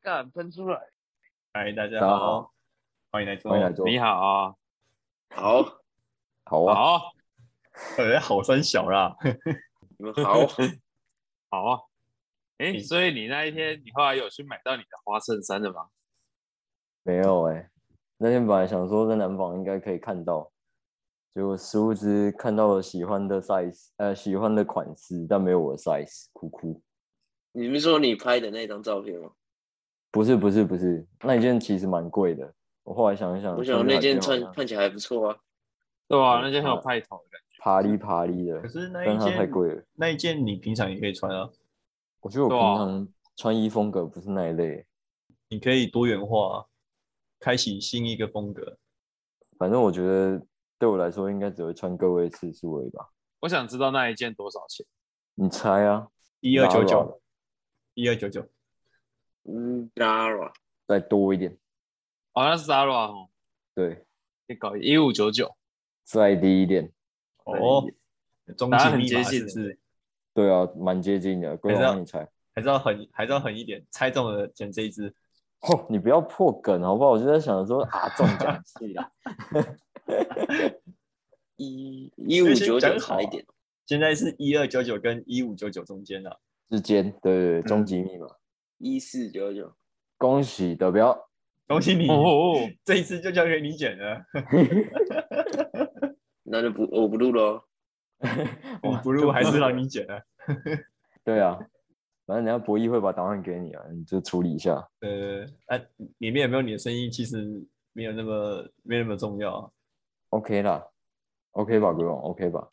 干喷出来！嗨，大家大家好好，欢迎来做欢迎来做哦你好，啊好，好啊， 好，呃，好三小啦，你们好，好。哎，你所以你那一天，你后来有去买到你的花衬衫了吗？ 没有哎、那天本来想说在南纺应该可以看到，结果殊不知看到了喜欢的 size，呃，喜欢的款式，但没有我的 size，哭哭。你们说你拍的那张照片吗？不是不是不是，那一件其实蛮贵的。我后来想一想，我想那件穿好像看起来还不错啊。对啊，嗯那件很有派头的感觉。爬哩爬哩的可，是那但一它太件贵了。那一件你平常也可以穿啊，我觉得我对平啊常穿衣风格不是那一类欸，你可以多元化啊，开启新一个风格。反正我觉得对我来说应该只会穿个位次数而已吧。我想知道那一件多少钱？你猜啊？一二九 Zara 九，一二九九，嗯，Dara，再多一点，好像是 Zara 哦，对，一搞一五九九，再低一点，哦，终答极案很密码接近是不是？对啊，蛮接近的。龟还啊是要王，你猜？还是要狠，还是要狠一点，猜中了捡这一只。哦，你不要破梗好不好？我就在想说啊， 中奖戏啦。一一五九九差一点。现在是一二九九跟一五九九中间啊了，之间，对对对，终极密嗯码，一四九九，恭喜德彪，恭喜你，哦，这一次就交给你捡了。那就不我不录喽。我哇 不录还是让你啊捡了。对啊，反正人家博弈会把答案给你啊，你就处理一下。呃，啊，里面有没有你的声音，其实没有那么没那么重要啊。 OK 啦，OK 吧，鬼王，OK 吧。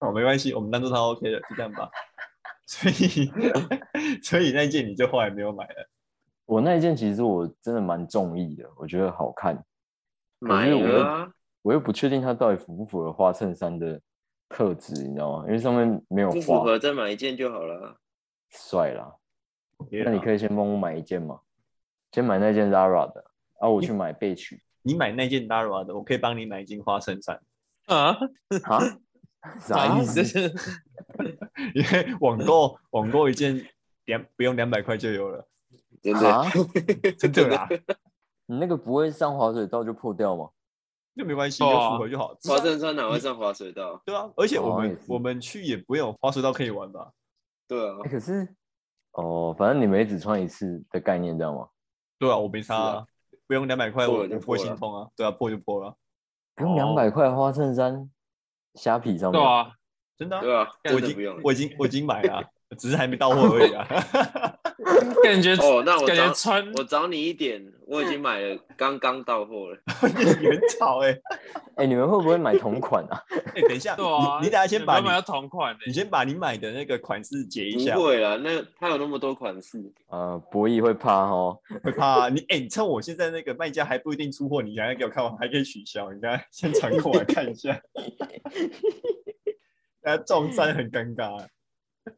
哦，没关系，我们当做它 OK 的，就这样吧。 所以，所以那件你就后来没有买了。我那一件其实我真的蛮中意的，我觉得好看，买了啊，我又不确定它到底符不符合花衬衫的特质，你知道吗？因为上面没有不符花，合再买一件就好了啊。帅啦。那那你可以先帮我买一件吗？先买那件 Zara 的，啊，我去买贝曲你买那件 Dara 的，我可以帮你买一件花衬衫，啊， 啊，啥意这思？是因为网购网购一件两不用两百块就有了，真啊 的，，真的啦，你那个不会上滑水道就破掉吗？就没关系，哦有符合就好。 花衬衫哪会上滑水道？对啊，而且我好像也们是我们去也不会有花水道可以玩吧？对啊哎、，可是哦，反正你们也只穿一次的概念，知道吗？对啊，我没差是啊，不用两百块，破我了我就不会破了心痛啊。对啊，破就破了，不用哦两百块的花衬衫，虾皮上面。 对啊，真的啊。对啊，我真已的不用经。我已经我已经买了啊，只是还没到货而已啊。感觉哦，那我感觉找穿我找你一点，我已经买了，刚刚到货了。你很吵哎、哎、你们会不会买同款啊？ 哎、等一下， 对啊，你你等一下先把有没有买你嗯到同款的你，先把你买的那个款式解 一下，不会啦，那它有那么多款式，呃，博弈会怕哦。会怕、你哎、你趁我现在那个卖家还不一定出货，你赶快给我看完，还可以取消，你赶快先传过来看一下。大家撞衫很尴尬、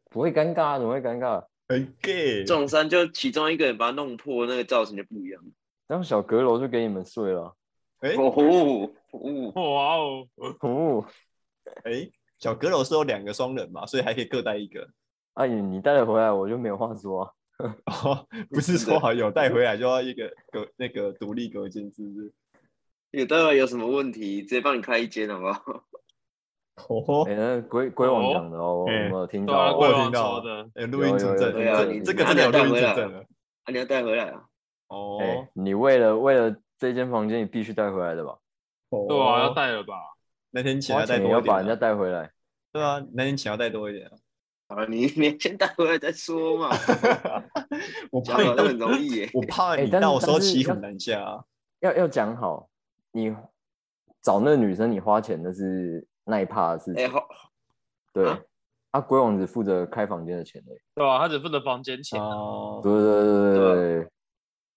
不会尴尬，怎么会尴尬？很 gay。撞衫就其中一个人把它弄破，那个造型就不一样。当小阁楼就给你们睡了。哎哦哦哦，哇哦，哦，哎、小阁楼是有两个双人嘛，所以还可以各带一个。阿、姨，啊你带了回来，我就没有话说啊。哦，不是说好有带回来就要一个隔那个独立隔间，是不是？有待会有什么问题，直接帮你开一间好不好？ 哦哎、，那龟龟哦王讲的哦，我哎有听对到啊，哦、我我有有听说到的，哎、录音有存有证，有有这个这个有真的有录音有存证了。啊，你要带回来啊？哦，哎、你为了为了这间房间，你必须带回来的吧？对啊，要哦带了吧？那天钱花要带钱多也一要点、啊把人家带回来。对啊，那天钱要带多一点、啊。 好了，你 你先带回来再说嘛。我讲怕好你到像，很 容易耶。我怕哎你但是到时候但是骑要虎难下啊。要要讲好，你找那女生，你花钱那是那一趴的事情。哎，好，对，啊啊，鬼王只负责开房间的钱而已。对啊，他只负责房间钱，哦、对对对对对啊对，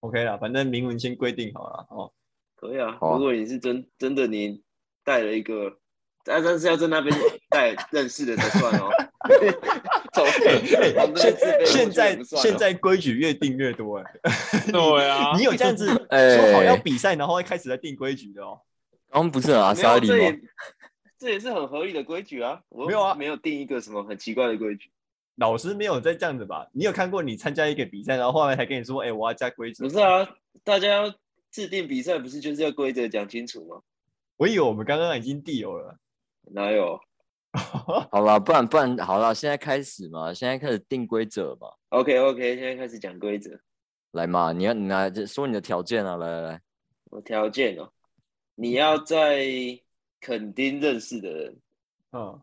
OK 啦，反正明文先规定好了哦。可以啊。好啊如果你是真真的你带了一个，但但是要在那边带认识的才算哦。 走，哎旁边的自备现我觉得现在不算哦现在规矩越定越多哎、对啊， 你有这样子哎说好要比赛，然后开始在定规矩的哦。刚刚不是阿没有莎莉这 吗？也这也是很合理的规矩啊。我又没有啊没有定一个什么很奇怪的规矩。老师没有在这样子吧？你有看过你参加一个比赛，然后后来才跟你说，哎、我要加规则不。是啊，大家要制定比赛不是就是要规则讲清楚吗？我以为我们刚刚已经地有了，哪有好啦，不然不然好啦，现在开始嘛，现在开始定规则嘛， ？OK OK，现在开始讲规则。来嘛，你要你来就说你的条件啊，来来来，我条件哦，你要在垦丁认识的人，嗯，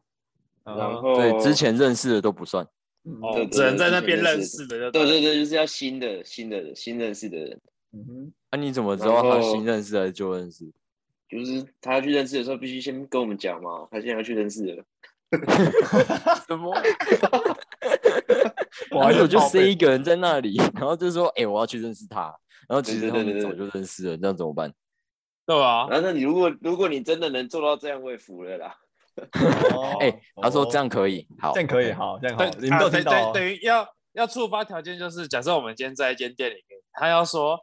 然嗯后对，之前认识的都不算，嗯哦对，对只能在那边对对认识的，对对对，就是要新的新的人新认识的人，嗯哼，那、啊你怎么知然道他后新认识还是旧认 识？就是他去认识的时候必须先跟我们讲嘛，他现在要去认识了。什么？哇然 后我就报备塞一个人在那里，然后就说，哎、我要去认识他，然后其实对对他们对对早就对认识了，那怎么办？对啊吧？然后那你如果如果你真的能做到这样，我也服了啦。哦哎、他说哦这样可以，好，这样可以，好，这样好对，，你们都啊对听到哦对，等于要要触发条件就是，假设我们今天在一间店里面，他要说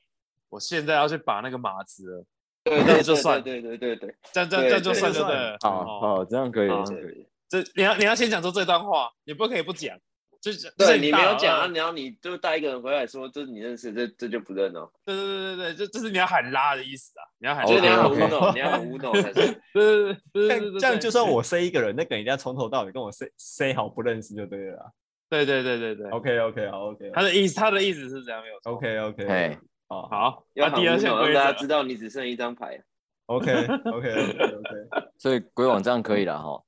我现在要去把那个码子了，对那对就对算对对对对这样这样对这样就对算这就就对算了。好哦，好，这样可以，好这样可以对。这你要你要先讲出这段话，你不可以不讲，就是对你没有讲，啊，对然后你就带一个人回来说，这是你认识的，这这就不认哦，对对对对，这这是你要喊拉的意思啊，你要喊就是你要拉，很 OK，OK 无脑，你要很无脑 才行。啊对对对这对对，样这样就算是我塞一个人，那个人家从头到尾跟我塞塞好不认识就对了啦。对对对对对， OK OK 好 OK 他的意思他的意思是这样没有错。 OK OK 哎，好好好，要那很第二无项脑，规让大家则知道你只剩一张牌， OK OK OK 所以鬼网这样可以了哈。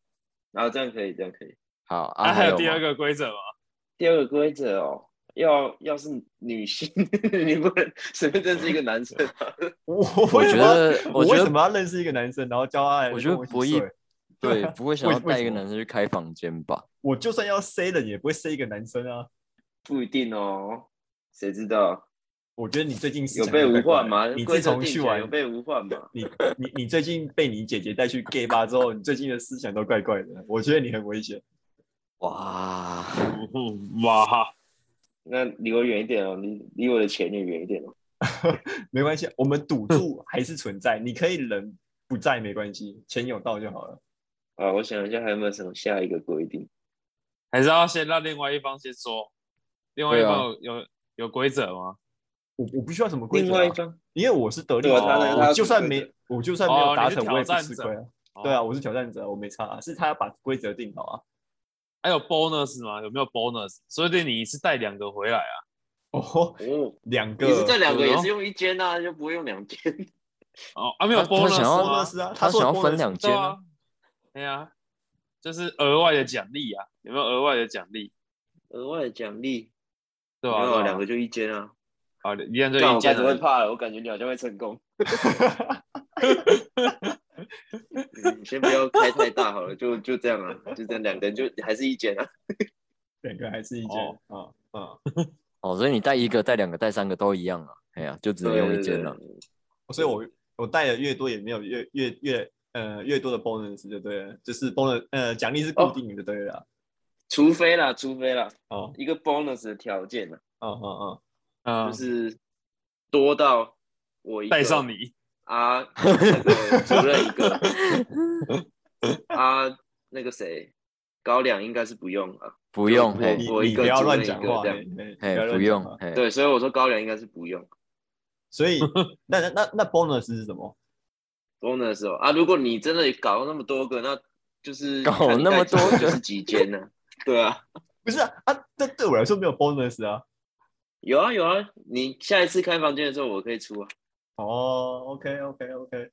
然后这样可以，这样可以。好啊，啊，还有吗第二个规则吗？第二个规则哦，要要是女性， 你不能随便认识一个男生啊。我我为觉什么要得，我觉为什得么要认识一个男生，然后教他来我跟觉得一起博弈睡对，不会想为要带一为个什么男生去开房间吧？我就算要塞人，也不会塞一个男生啊。不一定哦，谁知道？我觉得你最近思有想被有污怪化怪吗？ 的你规自则从定起去来完有被污化吗？你你你最近被你姐姐带去 gay 吧之后，你最近的思想都怪怪的，我觉得你很危险。哇，哇， 那离我远一点哦，离离我的钱也远一点哦。没关系，我们嗯赌注还是存在，你可以人不在没关系，钱有到就好了。啊，我想一下还有没有什么下一个规定？还是要先让另外一方先说，另啊外一方有、有有规则吗？我我不需要什么规另则、外一啊，方，因为我是得利对者，啊他的他我是就算得利没者我就算没哦有达你是成，我也挑不战吃者亏啊。哦对啊，，我是挑战者，我没差啊、是他把规则定好啊。还有 bonus 吗？有没有 bonus？说不定你一次带两个回来啊。哦吼，哦，两个你是这两个有也哦是用一间啊，就不会用两间。哦，啊，没有他他 bonus 想要吗波？是啊，他说想的要 bonus 分两对间啊，啊，对啊，就是额外的奖励啊，有没有额外的奖励？额外的奖励，对没吧、有对啊吧两个就一间啊。好，一样就但一我开件始会了。怕了，我感觉你好像会成功。你嗯先不要开太大好了，就就这样啊，就这样，两个人就还是一间啊。两个还是一间哦啊啊！哦，所以你带一个、带两个、带三个都一样啊，哎呀，就只能用一间啊了。对。对对所以我我带的越多也没有越越越呃越多的 bonus 就对了，就是 bonus 呃奖励是固哦定的对了啦。除非啦，除非啦，哦一个 bonus 的条件呢、哦哦嗯，就是多到我一个带上你，啊， 那个主任一个啊，那个谁，高粱应该是不用啊。不用，我哦，嘿，你我一你个不要主乱任一讲个话，这样嘿嘿嘿不要，乱不讲啊用话，嘿，对，所以我说高粱应该是不用 所以那那那那 bonus 是什么？ bonus 哦啊。如果你真的搞那么多个，那就是搞看你那么带几个多个就是几间 呢、对啊。不是啊啊，这对我来说没有 bonus 啊。有啊有啊，你下一次开房间的时候我可以出啊。哦，OK OK OK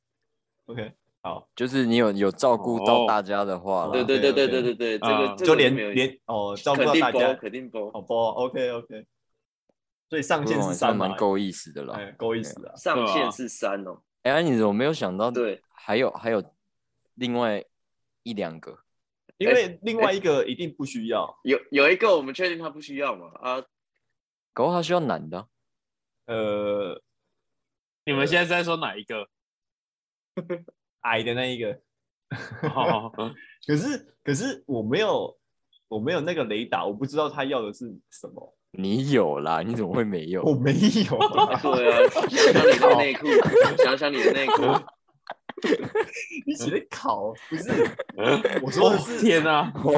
OK，好，就是你有有照顾哦到大家的话啊了。对对对对对对对，这啊个这就个连没有连哦照顾肯到定大包家，哦肯定包，好不？OK OK，所以上不哦限然是也算三蛮嘛，够意思的啦。哎，够意思啊。上对啊限是三哦。哎、啊你怎么没有想到？对，还有还有另外一两个，因为另外一个一定不需要，有有一个我们确定他不需要嘛啊，搞不好他需要男的啊、呃，你们现在在说哪一个？矮的那一个。哦，可是可是我没有我没有那个雷达，我不知道他要的是什么，你有啦，你怎么会没有？我没 有啊、哦对啊，想想你的内 裤，想想你的内裤，一起在考， 不是我 说哦的是天哪、我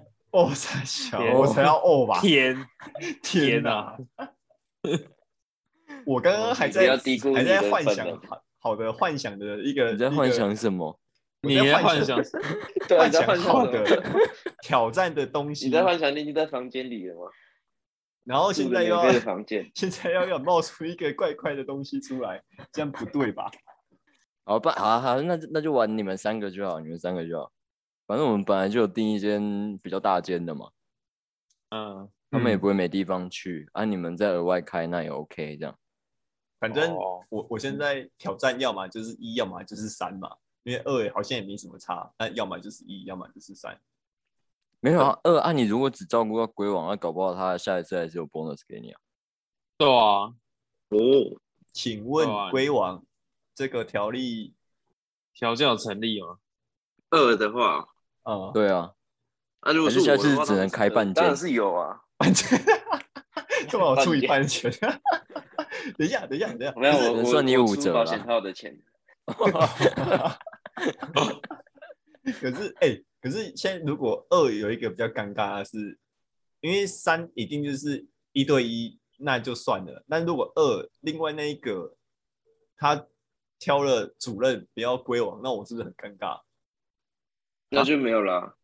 哦，哦，才小，天我才要哦吧，天，天天哪哪！我刚刚还你在不要低估还在你的幻分想量好好的幻想的一个，你在一个幻想什么？我你在在幻幻想 对啊，幻你在想幻好想的什么？ 挑战的东西，你在幻想你已经在房间里了吗？然后现住在着又免要费的房间， 现在要要冒出一个怪怪的东西出来，这样不对吧？好吧，好啊好啊，那就那就玩你们三个就好，你们三个就好。反正我们本来就有订一间比较大间的嘛，嗯，他们也嗯不会没地方去、啊。你们再额外开那也 OK 这样。反正哦我我现在挑战，要么就是一，要么就是三嘛，因为二好像也没什么差，那要么就是一，要么就是三。没有啊，二啊，你如果只照顾到龟王，那搞不好他下一次还是有 bonus 给你啊。对啊，哦，请问对啊龟王这个条例，条件有成立哦吗？二的话，呃，对啊，那如果是还是我下的次话当然只能是开半间当然是有啊，半钱， 干嘛我出一半钱？ 等一下，等一下，等一下，没有我只我能算你我五出折保啦险套的钱，可是哎、可是现在如果二有一个比较尴尬的是，因为三一定就是一对一，那就算了。但如果二另外那一个他挑了主任不要归王，那我是不是很尴尬？那就没有啦。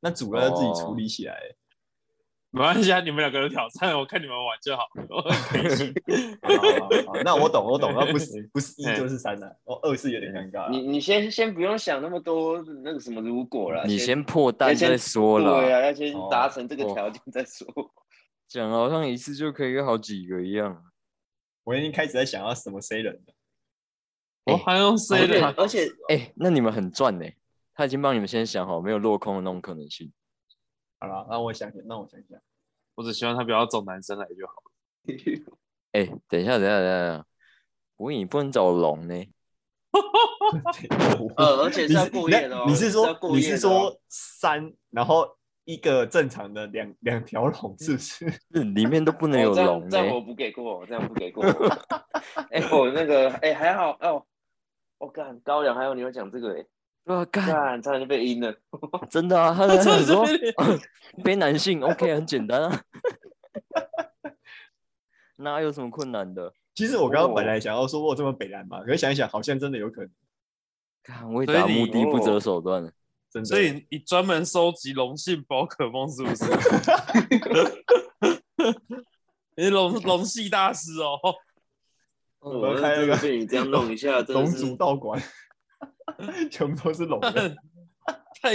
那主任要自己处理起来、没关系啊，你们两个人挑战，我看你们玩就好。我很开 心好好好哦好 那我懂，我懂，那不是 不是一就是三了、哦，二是有点尴尬嗯你了。你先先不用想那么多那个什么如果啦，你先破蛋啊先再说对啦，啊，要先达成这个哦条件 再说。讲好像一次就可以有好几个一样。我已经开始在想要什么 C 人了。我还用 C 而且的，而且哎、那你们很赚呢、他已经帮你们先想好没有落空的那种可能性。好了，那我想想，那我想 想，我只希望他不要找男生来就好。哎、等一下，等一下，等一下等一下，不过你不能找龙呢、呃，而且是你要是过夜的哦。你是要说过你夜是的哦说三，然后一个正常的两两条龙，是不是？ 是里面都不能哦有这样龙这呢、样我不给过，这样不给 过。哎，我那个哎还好哦，我干高粱，还有你有讲这个哎，对啊，干，干差点就被阴了。真的啊， 他在想 说真的 非男性 OK 很简单啊， 哪有什么困难的？其实我刚刚本哦来想要说我有这么北蓝嘛，可是想一想，好像真的有可能，看为所以达你目的不择哦手段，真的。所以你你专门收集龙性宝可梦是 不是？你是龙龙系大师哦， 我我开了真个的哦被你这样弄一下，真龙的是族道馆 全部都是 龙的，太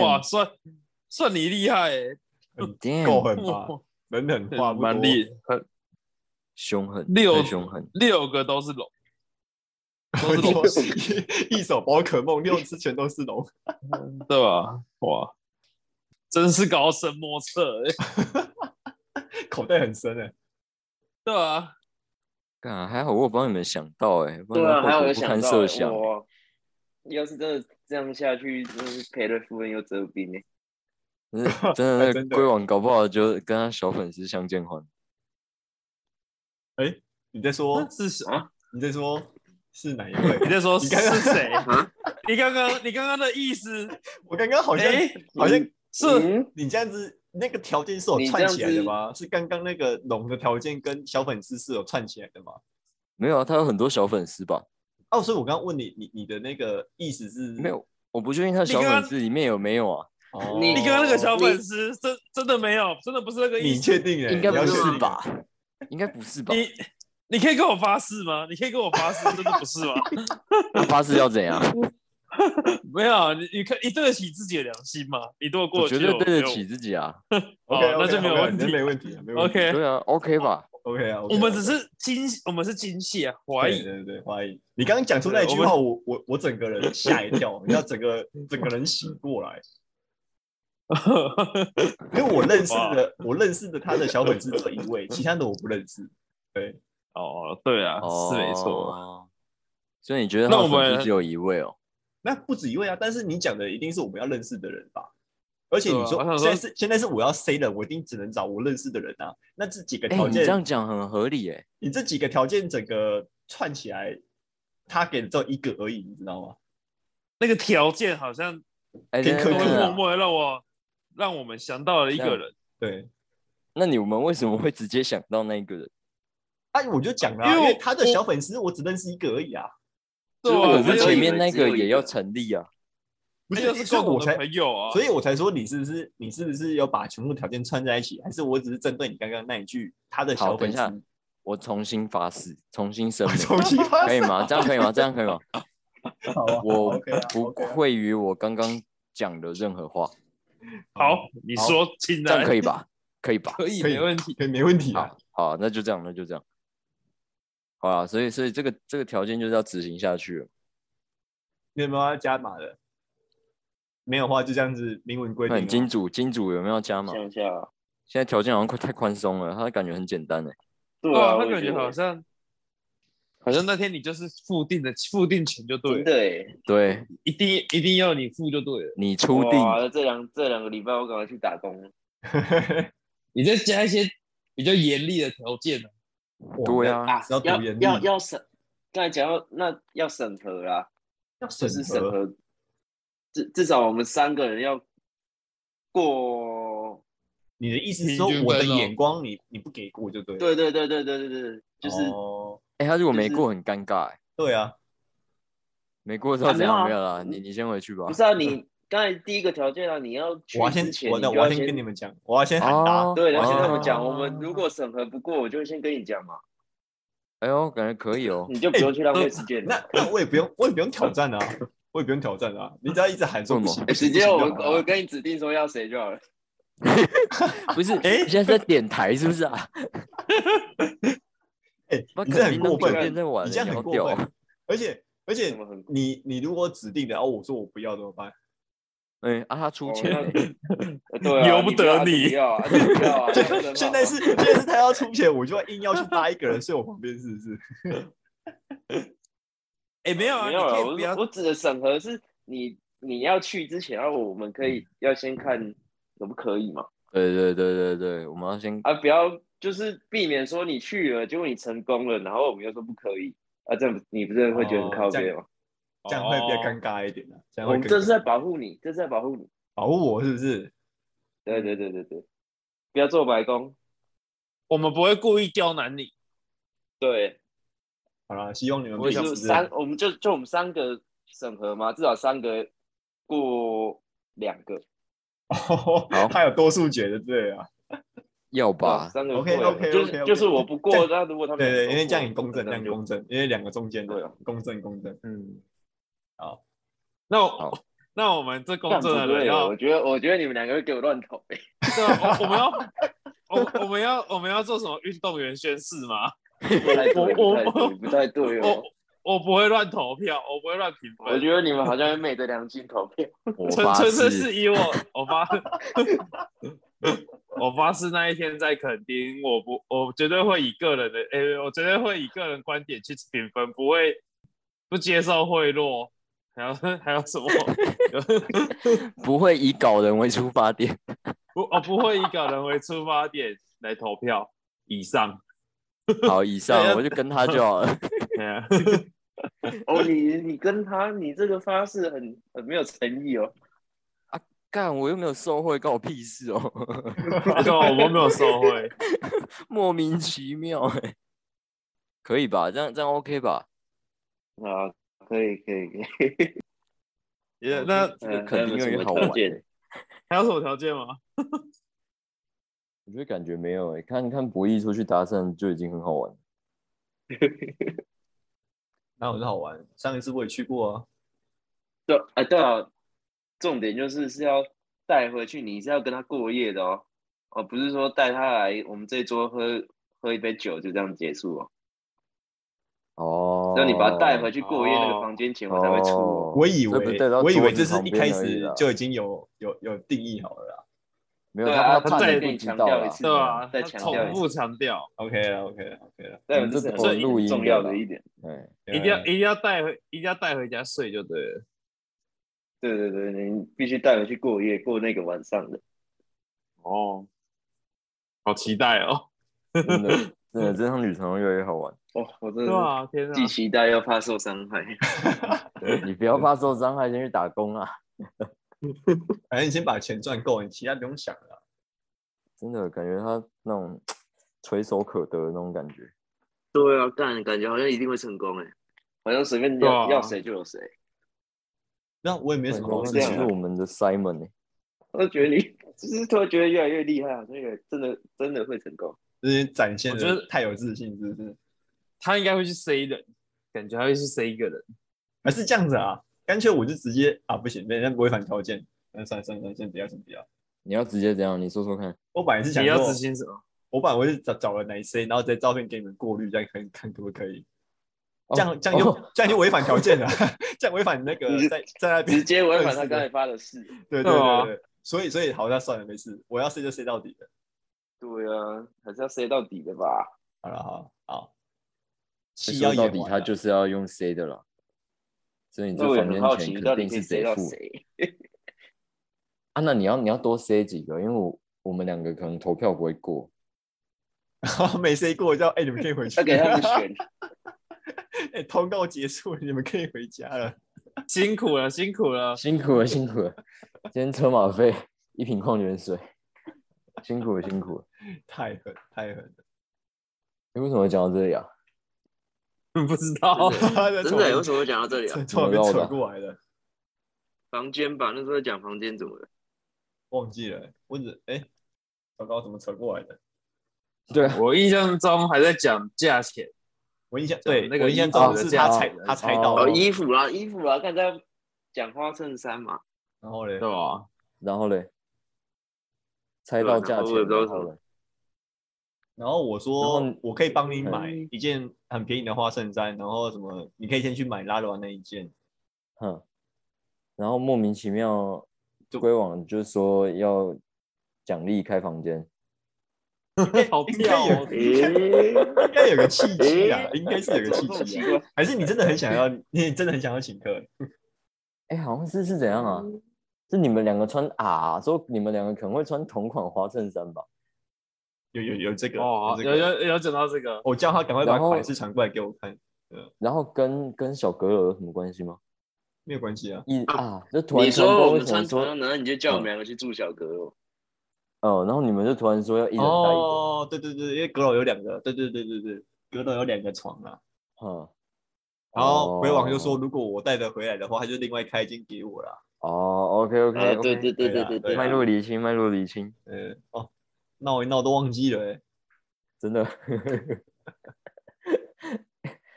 哇，算算你厉害哎， damn，damn，够狠吧？人狠话不蛮多。厉，很凶狠，六太凶狠，六个都是龙，都是龙系，一一手宝可梦，六只全都是龙。对吧？哇，真是高深莫测哎，口袋很深哎，对啊吧？干，还好我有帮你们想到哎、不对然啊，还后有果有不想堪到设欸想。哇，要是真的这样下去，真的是赔了夫人又折兵欸呢。真的 真的，那个真的龟王搞不好就跟他小粉丝相见欢。你在说那是谁？你在说是哪一位啊 你？在说你是刚刚谁啊？你刚刚你刚刚的意思，我刚 刚好像哎，好像是嗯你这样子，那个条件是有你串起来这样的子吗？是刚刚那个龙的条件跟小粉丝是有串起来的吗？没有啊，他有很多小粉丝吧？哦，所以我刚刚问你，你你的那个意思是没？有，我不确定他小你刚粉刚丝里面有没有啊？哦你刚刚那个小粉丝，真真的没有，真的不是那个意你思。确定哎？应该你要不确是定？吧？应该不是吧？你你可以跟我发誓吗？你可以跟我发誓，真的不是吗？ 他发誓要怎样？没有，啊你你可你对得起自己的良心吗？你如果过我得绝去，对我对得起。自己啊。哦 OK，那就没有问题没问题啊，没我问题。 OK，对啊，OK 吧？ OK 啊，OK 我啊们只是惊，我们是惊吓怀对疑。对对怀疑。你刚刚讲出那一句对话，我我我整个人吓一跳， 你知道整个整个人醒过 来，因为我认识的我认识的他的小粉丝这一位，其他的我不认识。对，哦，对啊，哦，是没错。。 所以你觉得那他我的粉们丝只有一位哦？那不止一位啊，但是你讲的一定是我们要认识的人吧？而且对啊你说,、我想现说在是现在是我要 say 了，我一定只能找我认识的人啊。那这几个哎、条你件，这样讲很合理哎、你这几个条件整个串起来，他给的只有一个而已，你知道吗？那个条件好像哎，偏真的科都技会真的默默地啊让我让我们想到了一个人，对，那你们为什么会直接想到那个人？哎、我就讲了、因为因为我他的小粉丝我只认识一个而已啊，对如果啊可我是们只有前一面个那只有个一也个要成立啊。不那是，就是所以共我同的才，朋友啊，所以我才说你是不是你是不是有把全部条件串在一起，还是我只是针对你刚刚那一句他的好，小等粉一丝？下，我重新发誓，重新声明，重新发可以吗？这样可以吗？这样可以吗？好啊好哎我 OK 啊不 OK 啊愧于我刚刚讲的任何话，好，你好说，亲这样的可以吧？可以吧？可以可以没问题。可以没问题啊好。，好，那就这样，那就这样。好啦，所以所以这个这个条件就是要执行下去了。你有没有要加码的？没有的话就这样子明文规定那啊。 金主金主有没有要嗯加码？想一下啊，现在条件好像快太宽松了，他感觉很简单哎。对对啊啊，，他我感觉好像，好像那天你就是付定的，付定钱就对真了，的哎，对一定一定要你付就对了。你出定，哇这两这两个礼拜我赶快去打工，你再加一些比较严厉的条件啊哇对啊，啊是要读要研历要要审，刚才讲到那要审核啦，要就审是审核，核，至至少我们三个人要过，你的意思是平说均我的分哦眼光你你不给过就对了。对对对对对对对，就是哦，哎、他如果就没是过很尴尬哎，对啊，没过之后啊怎没有样？啊没有啦，你嗯你先回去吧不。是啊你。刚才第一个条件啊，你要去我要之先前，我那就我要要先跟你们讲，我要先喊哦打，啊对，然后哦先跟我们讲，我们如果审核不过，我就会先跟你讲嘛，哎呦，感觉可以 哦。你就不用去浪费时间了。那那我也不用，我也不用挑战啊，我也不用挑战啊，你只要一直喊说为什不么行，哎，不行直接我不行就好我了跟你指定说要谁就好了。不是，哎、现在在点台是不是 啊？哎，不然你这肯很定那过酒肯分，店在玩你欸，这样很摇过掉啊。分，而且而且什么很你你如果指定的，哦，我说我不要怎么办？嗯，啊，他出哦钱 那欸、呃对啊，由不得你你不要啊，你不要啊，你不要啊现在是现在是他要出钱，我就要硬要去拉一个人睡我旁边，是不是？哎，没有啊，没你有可啊，以不我要我指的审核是你你要去之前，然后我们可以要先看可不可以嘛，对对对对对，我们要先啊，不要就是避免说你去了，结果你成功了，然后我们又说不可以，啊，这样你不是会觉得很哦靠这背样吗？这样会比较尴尬。尬一点啊，这样我会们更这是在保护你，这是在保护你，保护我是不是？对对对对对，不要做白工，我们不会故意刁难你，对，好啦，希望你们我彼就此 三，我们就就我们三个审核嘛，至少三个过两个，哦，还有多数决的对啊，要 吧。啊三个 OK，OK，OK，OK 就是 OK，OK，OK 就是我不这过，样那如果他们对两个对，过因为这样很公正，这那样就公正，因为两个中间对啊的公正公正，嗯，那好我那我们这公干正不的对人了要我，觉得我觉得你们两个会给我乱 投，对啊我我们要我我们要我们要做什么运动员宣誓吗？不太对，我不太对，不太对哦。我我不会乱投票，我不会乱评我分，觉得你们好像会昧着良心投票，我纯发纯粹誓是以我我发， 我发誓那一天在垦丁，我不我绝对会以个人的，诶、我绝对会以个人观点去评分，不会不接受贿赂，还有还有什么？不会以搞人为出发点。 不，我不会以个人为出发点来投票。以上，好，以啊上我就跟他就好了。 对啊哦，你你跟他，你这个发誓很很没有诚意哦。干，我又没有受贿，关我屁事哦， 对啊，我们没有收回。莫名其妙哎、可以吧？这样这样 OK 吧？啊，可以可以可以， 也那这个嗯肯定还有越来什越么好玩欸条件还有什么条件吗？我觉得感觉没有哎、看看博弈出去搭讪就已经很好玩了。那很好玩。上一次我也去过啊，对啊，对啊，重点就是是要带回去，你是要跟他过夜的哦，哦，不是说带他来我们这一桌喝喝一杯酒就这样结束哦，哦，那你把他带回去过夜那个哦房间钱我哦，才会出哦。我以所以不为对到我以桌为这子是旁一边开而已始啦就已经有有有定义好了啦。没有对他啊他他怕再你跟不你知强道调一啦次对啊，再他强调重一复强调， OK 了，OK 了，OK 了，对，们这哦这是不很录音重的要啦的一点， 哎，一定要一定要带回，一定要带回家睡就对了。对对对，你必须带回去过夜，过那个晚上的。哦，好期待哦！真的真的这趟旅程越来越好玩。哦，我对真的啊，天啊！既期待又怕受伤害。 你不要怕受伤害，先去打工啊。反正你先把钱赚够，你其他不用想了啊。真的感觉他那种垂手可得的那种感觉。对啊，干感觉好像一定会成功哎、好像随便对啊要要谁就有谁。那我也没什么好感事觉他这样情是啊。啊我们的 Simon 欸我都觉得你，就是突然觉得越来越厉害，好像也真的真的会成功。就是展现我觉的得太有自信，是不是？他应该会去塞人，感觉他会去塞一个人。还是这样子啊？干脆我就直接啊，不行，人家不会反条件。那算了算了算了，先不要先不要。你要直接怎样？你说说看。我本来是想你说要，执行什么？我本来我是找找个男生，然后再照片给你们过滤，这样看看可不可以？哦这样这样就、哦 这样就违反条件了， 这样违反那你个是在 在那边直接违反他认识的刚才发的誓。对对对啊对对，所以所以好，那算了，没事，我要 C 就 C 到底了。 对啊，还是要塞到底的吧。好了，好好，戏要说演到底，完他了就是要用 C 的了。所以你这那我也房很间好钱奇，肯到底定可以是塞到付谁？ 啊？那你要你要多 C 几个，因为我我们两个可能投票不会过。 没 C 过，叫哎、你们可 以回去要了。给他们选。哎、通告结束，你们可以回家了。辛苦了，辛苦了。辛苦了，辛苦了。 今天车马费一瓶矿泉水，辛苦了，辛苦了。太狠，太狠你为什么会讲到这里啊？ 不知 道，了！真的、欸，为什么会讲到这里啊？从从那边扯过来的，房间吧，那时候讲房间怎么了？忘记了、我只哎、糟糕，怎么扯过来的？对啊，我印象中还在讲价钱，我印象讲对，那个我印象衣中服的是价他格猜他猜到哦哦，了，衣服啦，衣服啦，大家讲花衬衫 嘛，然后嘞对，吧？然后嘞，猜对啊到价然后钱，我也不知道然怎么后嘞，然后我然说后我可以帮你买嗯一件很便宜的花衬衫，然后什么你可以先去买拉罗那一件，哼，然后莫名其妙就归网就说要奖励开房间，好应该跳有，哦！应该有个 契机啊，应该是有个怎么这么 契奇机啊，怪？还是你真的很想要，你真的很想要请客？哎，好像是是怎样嗯啊？是你们两个穿啊，说你们两个可能会穿同款花衬衫吧？有有有这个，哦，这有个，有有讲到这个，我叫他赶快把然后款式传过来给我看，然后跟跟小阁楼有什么关系吗？没有关系啊，一啊，就突你然传说播我为们什么穿同说样，然后你就叫我们两个去住小阁楼，哦，然后你们就突然说要一人带一个，哦，对对对，因为阁楼有两个，对对对对对，阁楼有两个床啊。哼，然后回网就说，哦如果我带得回来的话，他就另外开金给我啦。哦，OK 啊 OK，，对对对对对对啊对，脉络理清，脉络理清，呃，哦，闹一闹都忘记了、欸，真的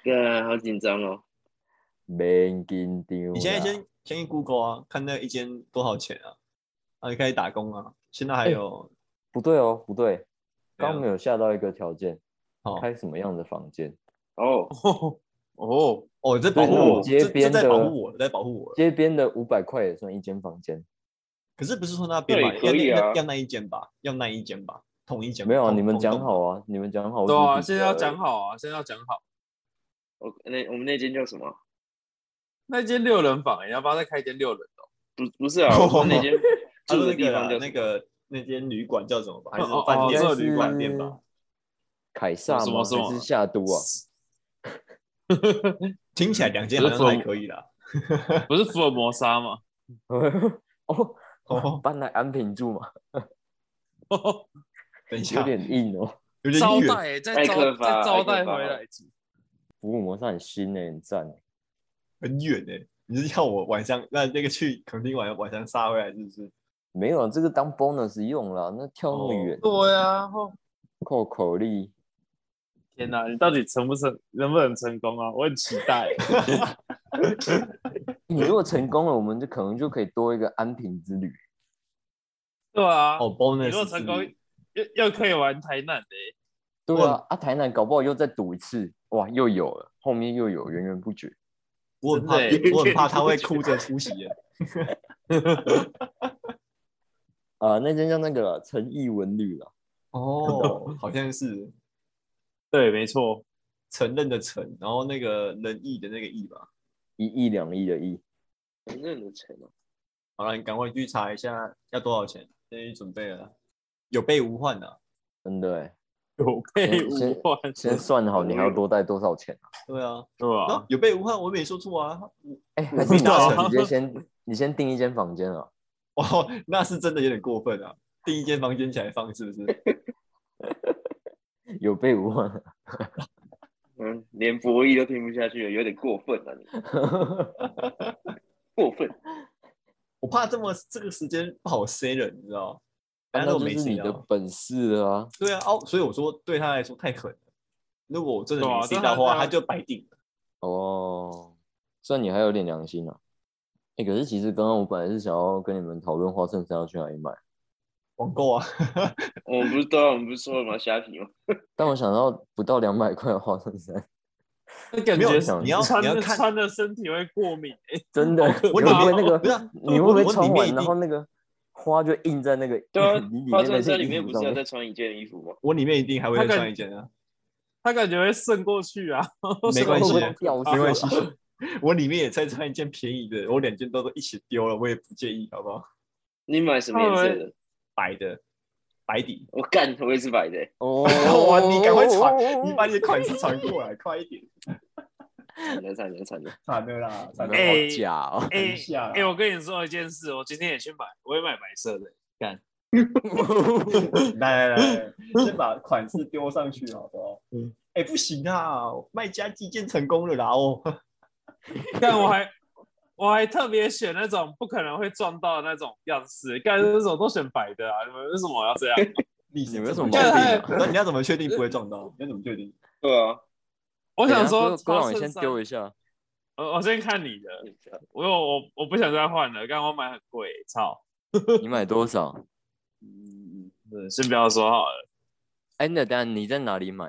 对，好紧张哦。没紧张。你现在先先去 Google 啊，看那一间多少钱啊，啊，你可以打工啊。现在还哎有、不对哦，不对，怎样刚没有下到一个条件，哦开什么样的房间？哦，哦，哦，这保护对那我，种街这这边在的保护我，在保护我。街边的五百块也算一间房间？可是不是说那边对吧，要可以那啊要那一间吧，要那一间吧，同一间吧没有啊，同你们同讲栋好啊，你们讲好。对我啊，只是现在要讲好啊，现在要讲好。我那我们那间叫什么？那间六人房，欸你要不要再开一间六人的？不不是 啊，我说那间他住的说啊那地个方啦叫什 那么个那间旅馆叫什么吧？还是哦哦饭店？哦这是旅馆店吧？凯撒什么吗？什么还是夏都啊？听起来两间好像这是还风可以啦。不是福尔摩沙吗？ 哦，哦，搬来安平住嘛，等一有 下，点硬哦。有点招远。待欸再艾招克法再招待艾克啊法回来住，服务模式很新诶，很赞欸。很远哎、你是要我晚上那那个去垦丁晚晚上杀回来是不是？没有啊，这个当 bonus 用啦，那跳那么哦远，对啊，哦扣口力，欸天哪，你到底成不成，能不能成功啊？我很期 待。你如果成功了，我们就可能就可以多一个安平之旅。对啊，哦，bonus 你如果之成旅功，又又可以玩台南的欸，对哇啊，啊台南搞不好又再赌一次，哇，又有了，后面又有，源源不绝。我很怕，真的欸我很怕他会哭着出席耶、啊、那间叫那个啦陈毅文旅了，哦， 好像是对，没错，承认的承，然后那个仁义的那个义吧。一亿两亿的亿，承认的承哦，好了，你赶快去查一下要多少钱，先去准备了。有备无患啊。真的欸有备无患，嗯先算好你还要多带多少钱啊？对啊，对吧啊？有备无患，我也没说错啊。我哎、我还是你不知道要直接先你先订一间房间啊？哇，哦那是真的有点过分啊！订一间房间起来放是不是？有备无 患啊。嗯，连博弈都听不下去了，有点过分了、你过分。我怕这么这个时间不好塞人，你知道？大哦那家都就没是钱你的本事啊，对啊，哦，所以我说对他来说太狠了。如果我真的对啊没 C 但到他的话，他他就白定了。哦，算你还有点良心啊。哎、可是其实刚刚我本来是想要跟你们讨论花衬衫要去哪里买，网购啊，我们不是对啊，我们不是说了吗？虾皮吗？但我想到不到两百块的花衬衫，那感没有觉想你 要穿你要的看穿的身体会过敏。真的，我有里一天面 那个不是啊你会不会我穿里面完一，然定后那个花就印在那个对啊 你，里花面衬那衫件里衣面服不上是要面 再？穿一件衣服吗？我里面一定还会他再感穿 一件啊，他感觉会渗过去啊，没关系会不会掉 色啊没关系。 我里面也再穿一件便宜的，我两件都都一起丢了，我也不介意，好不好？你买什么颜色的？白的，白底，我干，我也是白的、欸。 哦哇你赶快传你把你的款式传过来，快一点，惨了惨了惨了！惨了啦， 惨了，哎好假哦！ 哎、一下啦哎、我跟你说一件事，我今天也去买，我也买白色的。来来来，来先把款式丢上去，好不好？嗯，哎，不行啊，卖家寄件成功了啦哦， 但我还我还特别选那种不可能会撞到的那种样式，干那种都选白的啊！你们为什么要这样？你你们有什么确定啊毛？ 那你要怎么确定不会撞到？你要怎么确定？对啊，我我想说，哥朗，你先我丢一下。我我先看你的，我有我我不想再换了，刚我买很贵、操！你买多少？嗯，先不要说好了。哎，那等下你在哪里买？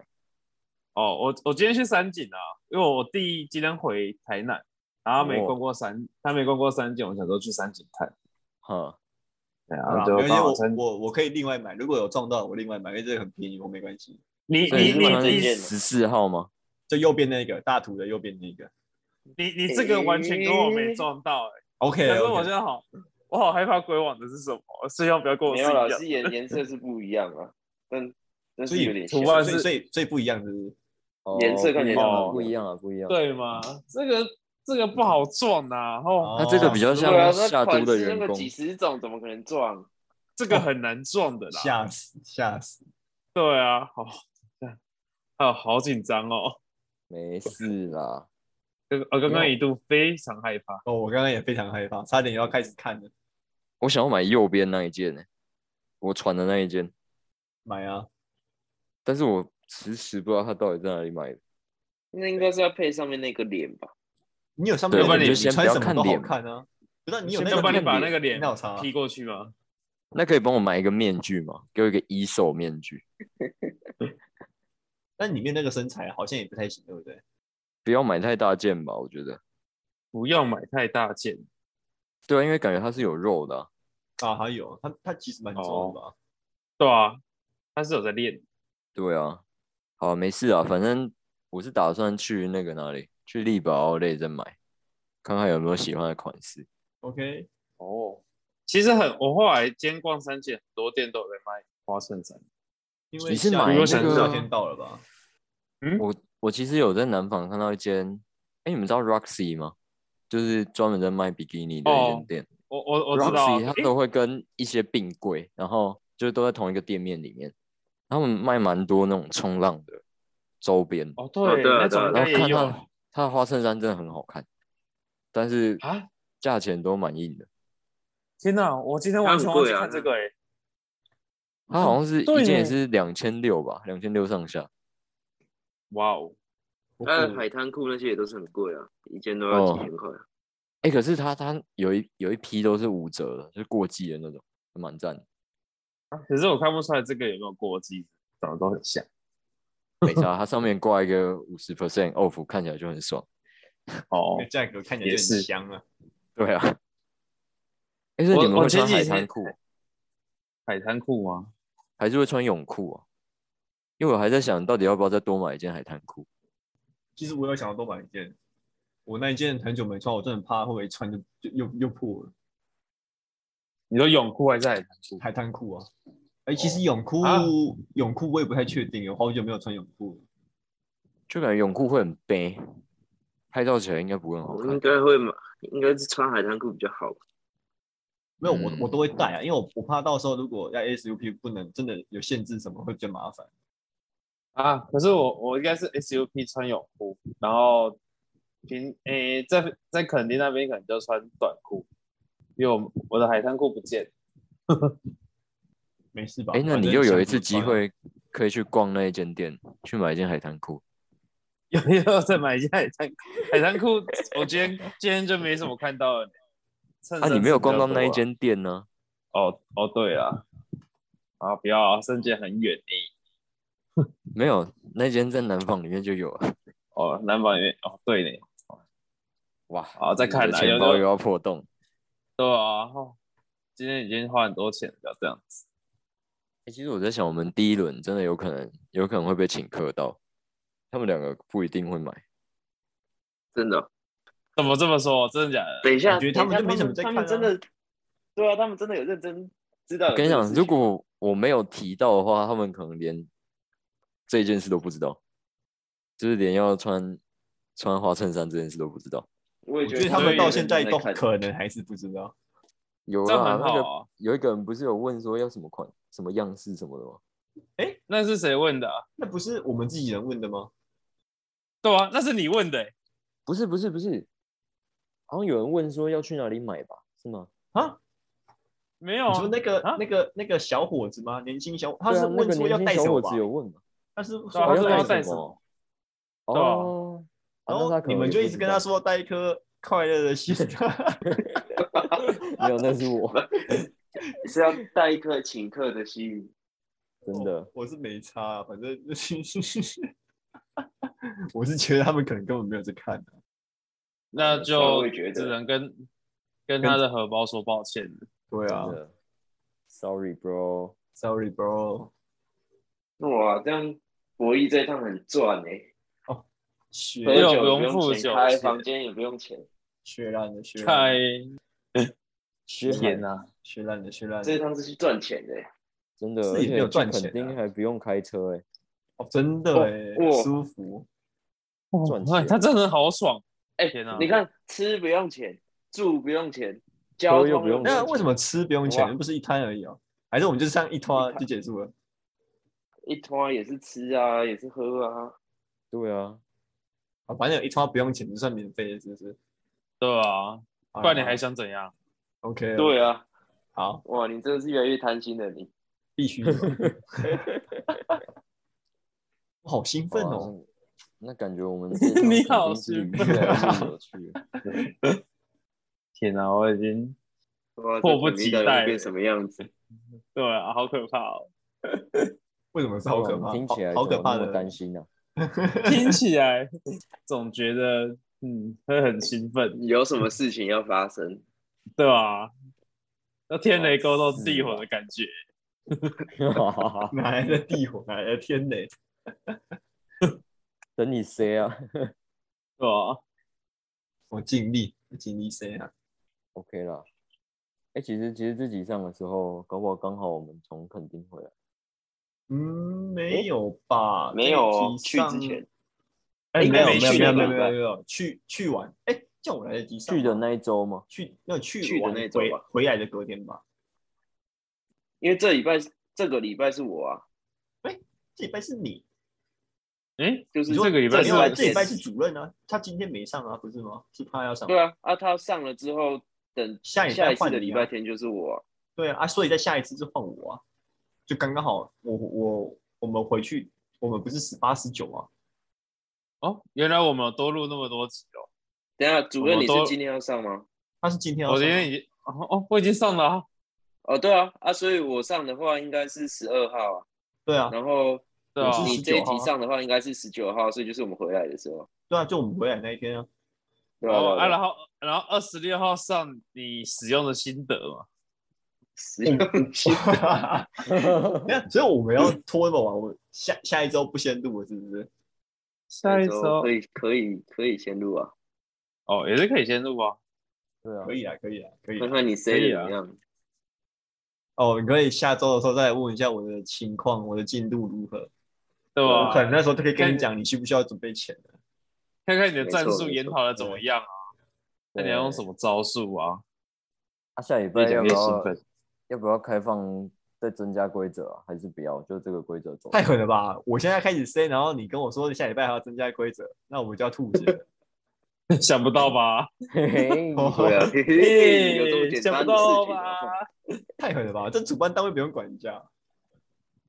哦，我我今天去三井啊，因为我弟今天回台南，然后他没逛过三，他没逛过三井，我想说去三井看，哈，对好啊，啦就没关系刚好我三我我可以另外买，如果有撞到我另外买，因为这个很便宜，我没关系。你对你因为你他你是十四号吗？就右边那个大图的右边那个你你这个完全跟我没撞到哎、 ，OK，可是 OK 我现在好，我好害怕鬼网的是什么，所以要不要跟我没是一有样啊啦，是颜颜色是不一样啊，但但所是有以点图像。案所以是所以所以不一样，是不是？哦颜色看起来像不一样啊，不一样。对吗？这个这个不好撞啊，哦，那这个比较对像啊，那夏款都的式那员个工几，十种，怎么可能撞？啊这个很难撞的啦。吓死吓死！对啊，好，啊，好紧张哦。没事啦。这个我刚刚一度非常害怕。哦，我刚刚也非常害怕，差点要开始看了。我想要买右边那一件呢、我穿的那一件，买啊，但是我迟迟不知道它到底在哪里买的。那应该是要配上面那个脸吧？你有上对面有要不然你就你先穿不要什么看都好脸看啊。不是你有那要个不然你把那个脸那有差啊踢过去吗？那可以帮我买一个面具吗？给我一个一手面具，但里面那个身材好像也不太行，对不对？不要买太大件吧，我觉得。不要买太大件。对啊，因为感觉它是有肉的啊、啊，还有他他其实蛮哦重的吧？对啊，他是有在练。对啊，好啊没事啊，反正我是打算去那个哪里，去力宝奥莱再买，看看有没有喜欢的款式。 OK，哦，其实很，我后来今天逛三件，很多店都有在卖花衬衫。因为你是下买那雨个至少天到了吧？我我其实有在南纺看到一间，哎、你们知道 Roxy 吗？就是专门在卖比基尼的一哦间店。我我我知道 Roxy 啊，它诶都会跟一些并柜，然后就是都在同一个店面里面，他们卖蛮多那种冲浪的周边，哦哦对，对啊那对啊种应然该后也看有到它的花衬衫真的很好看，但是啊。价钱都蛮硬的。天哪，我今天完全它忘很记贵啊看这个诶。它好像是哦对一件也耶是两千六吧，两千六上下。哇哦，嗯那海滩裤那些也都是很贵啊，一件都要几哦千块啊。哎、可是它它有一有一批都是五折的，就是过季的那种，蛮赞的。啊可是我看不出来这个有没有过季，长得都很像。没差，它上面挂一个五十 percent off，看起来就很爽。哦那个价格看起来也就很是香啊。对啊。 哎、所以我你们我会前穿几海天滩裤？海滩裤吗？还是会穿泳裤啊，因为我还在想到底要不要再多买一件海滩裤。其实我有想要多买一件，我那一件很久没穿，我真的很怕会不会穿就就又又破了。你说泳裤还是海滩裤？海滩裤啊。哎、其哦实泳裤、啊泳裤我也不太确定，我好久没有穿泳裤了。就感觉泳裤会很悲，拍照起来应该不会很好我应看。该会买，应该是穿海滩裤比较好。没有我嗯我都会带啊，因为我我怕到时候如果要 SUP 不能真的有限制什么会比较麻烦。啊，可是我我应该是 SUP 穿泳裤，然后平诶、在在垦丁那边可能就穿短裤，因为我我的海滩裤不见了。 没事吧？哎、那反你正又想有一怎次么机穿啊，会可以去逛那一间店，去买一件海滩裤。有没有再买一件海滩裤？海滩裤， 我今天今天就没什么看到了。衬啊，衫你没有是比较逛到那一多啊？间店呢、哦哦，对啊，啊不要啊，圣剑很远诶。没有，那间在南坊里面就有啊。哦，南方园哦，对呢，哇，好再我看的啦有钱包有又要破洞。对啊。哦，今天已经花很多钱了，这样子。欸其实我在想，我们第一轮真的有可能，有可能会被请客到，他们两个不一定会买。真的哦。怎么这么说？真的假的？等一下，我觉得他们就没什么在他看、们啊。真的，对啊，他们真的有认真知道有我这跟个事情。你讲，如果我没有提到的话，他们可能连这件事都不知道，就是连要穿穿花衬衫这件事都不知道。我也我觉觉得得他们到现在都很可能还是不知道。有这样啦，很那好个啊。有一个人不是有问说要什么款、什么样式什么的吗？那是谁问的啊？那不是我们自己人问的吗？对啊，那是你问的欸。不是，不是，不是，好像有人问说要去哪里买吧？是吗？啊，没有你啊说那个、啊那个那个小伙子吗？年轻小，他对是啊那问个说年要轻带小什么伙吧哦子？有问吧？他是说对啊他要说带要什么带什什么？对啊哦，啊然那他后可你能们也就不一直知跟道他说带一颗快乐的心。没有，那是 我是要带一颗请客的心。真的。我是没差啊、反正 我是觉得他们可能根本没有在看、啊。那就我也觉得只能跟跟他的荷包说抱歉了。对啊真的，Sorry bro， ，Sorry bro，哇，这样博弈这一趟很赚哎、血喝没有酒不用也付用酒钱，开钱房间也不用钱，血烂的血烂太的缺天哪！血烂的血烂这一的，趟是去赚钱的、欸。真的，自而己没且有去赚垦钱丁啊还不用开车哎、哦真的哦哎、哇舒服。赚哇钱他真的好爽。哎、天啊哪你看吃不用钱，住不用钱，交又通不用那钱为什么吃不用哇钱？又不是一摊而已哦，还是我们就上一摊就结束了？一团也是吃啊，也是喝啊。对啊，啊，反正有一摊不用钱就算免费，是不是？对啊，不不然你还想怎样？ OK？对啊，啊，好，哇，你真的是越来越贪心了你。必须有。我 好兴奋好啊哦！那那感觉我 们这一你趟好垦丁兴之旅奋越来越有趣了。天哪，我已经哇，迫不及待这本命到底会变什么样子？对啊，好可怕哦！为什么是好可哇怕？听起来好好怎可么怕那么的担心啊！听起来总觉得嗯会很兴奋，有什么事情要 发生？对吧、啊？要天雷勾动地火的感觉，哪来的地火？哪来的天雷？等你塞啊对吧、啊？我尽力，我尽力 say 啊！ ，OK 啦。哎、其实其实自己上的时候，搞不好刚好我们从垦丁回来，嗯，没有吧？没有哦这一集去上之前，哎，应没该有没没去有没有吧没有没有没有去去玩，哎，叫我来得及上去的吗那一周嘛， 去要去去的玩那周回吧回来的隔天吧？因为这礼拜这个礼拜是我啊，这礼拜是你，诶，就是你说这个礼拜没是有啊我这礼拜天是主任啊，他今天没上啊，不是吗？是他要上，对啊，啊，他上了之后，等下礼拜下一次换的你礼啊拜天就是我啊、对啊，啊所以在下一次就换我啊，就刚刚好，我我我们回去，我们不是十八十九啊，哦，原来我们有多录那么多集哦。等一下，主我任，们你都是今天要上吗？他是今天要我今上啊，天已经哦哦，我已经上了、啊，哦，对啊，啊，所以我上的话应该是十二号啊，对啊，然后对吧、我啊是？你这一19号集啊上的话应该是十九号，所以就是我们回来的时候，对啊，就我们回来那一 天啊，对吧、哦对啊，吧然后然后二十六号上你使用的心得嘛？使用心没有，所以我们要拖那么晚，我们下下一周不先录了，是不是？下一的时候周可以可以可以先录啊，哦，也是可以先录啊。对啊可，以啊，可以啊，可以看啊。看你可谁以怎啊 么样。哦，你可以下周的时候再来问一下我的情况，我的进度如何。对吧、我可能那时候就可以跟看你讲，你需不需要准备钱了。看看你的没战错术没研错讨的怎么样啊？看你要用 对什么招数啊？啊，下礼越拜要讲不越兴要奋。要不要开放再增加规则啊？还是不要？就这个规则走。太狠了吧！我现在开始 say，然后你跟我说下礼拜还要增加规则，那我们就要吐血了。想不到吧？嘿 嘿 对啊，嘿嘿有这么哦嘿简想单不的事到情吧？哦？太狠了吧！这主办单位不用管一下，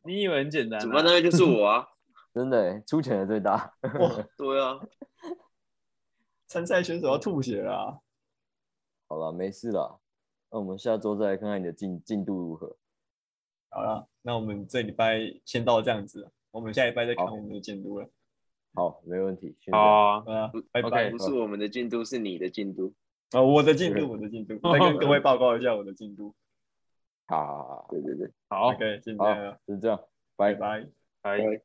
你以为很简单、啊？主办单位就是我啊，真的欸出钱的最大。 哇，对啊，参赛选手要吐血了啊、好了，没事了。那我们下周再来看看你的进进度如何。好了，那我们这礼拜先到这样子，我们下礼拜再看好我们的监督了。好，没问题。先这样好啊，好啊，拜拜 OK 不是我们的进度，是你的进度。啊！我的进度，我的 进度，再跟各位报告一下我的进度。好好好好，对对对。好， OK，现在就这样，拜拜。拜。拜。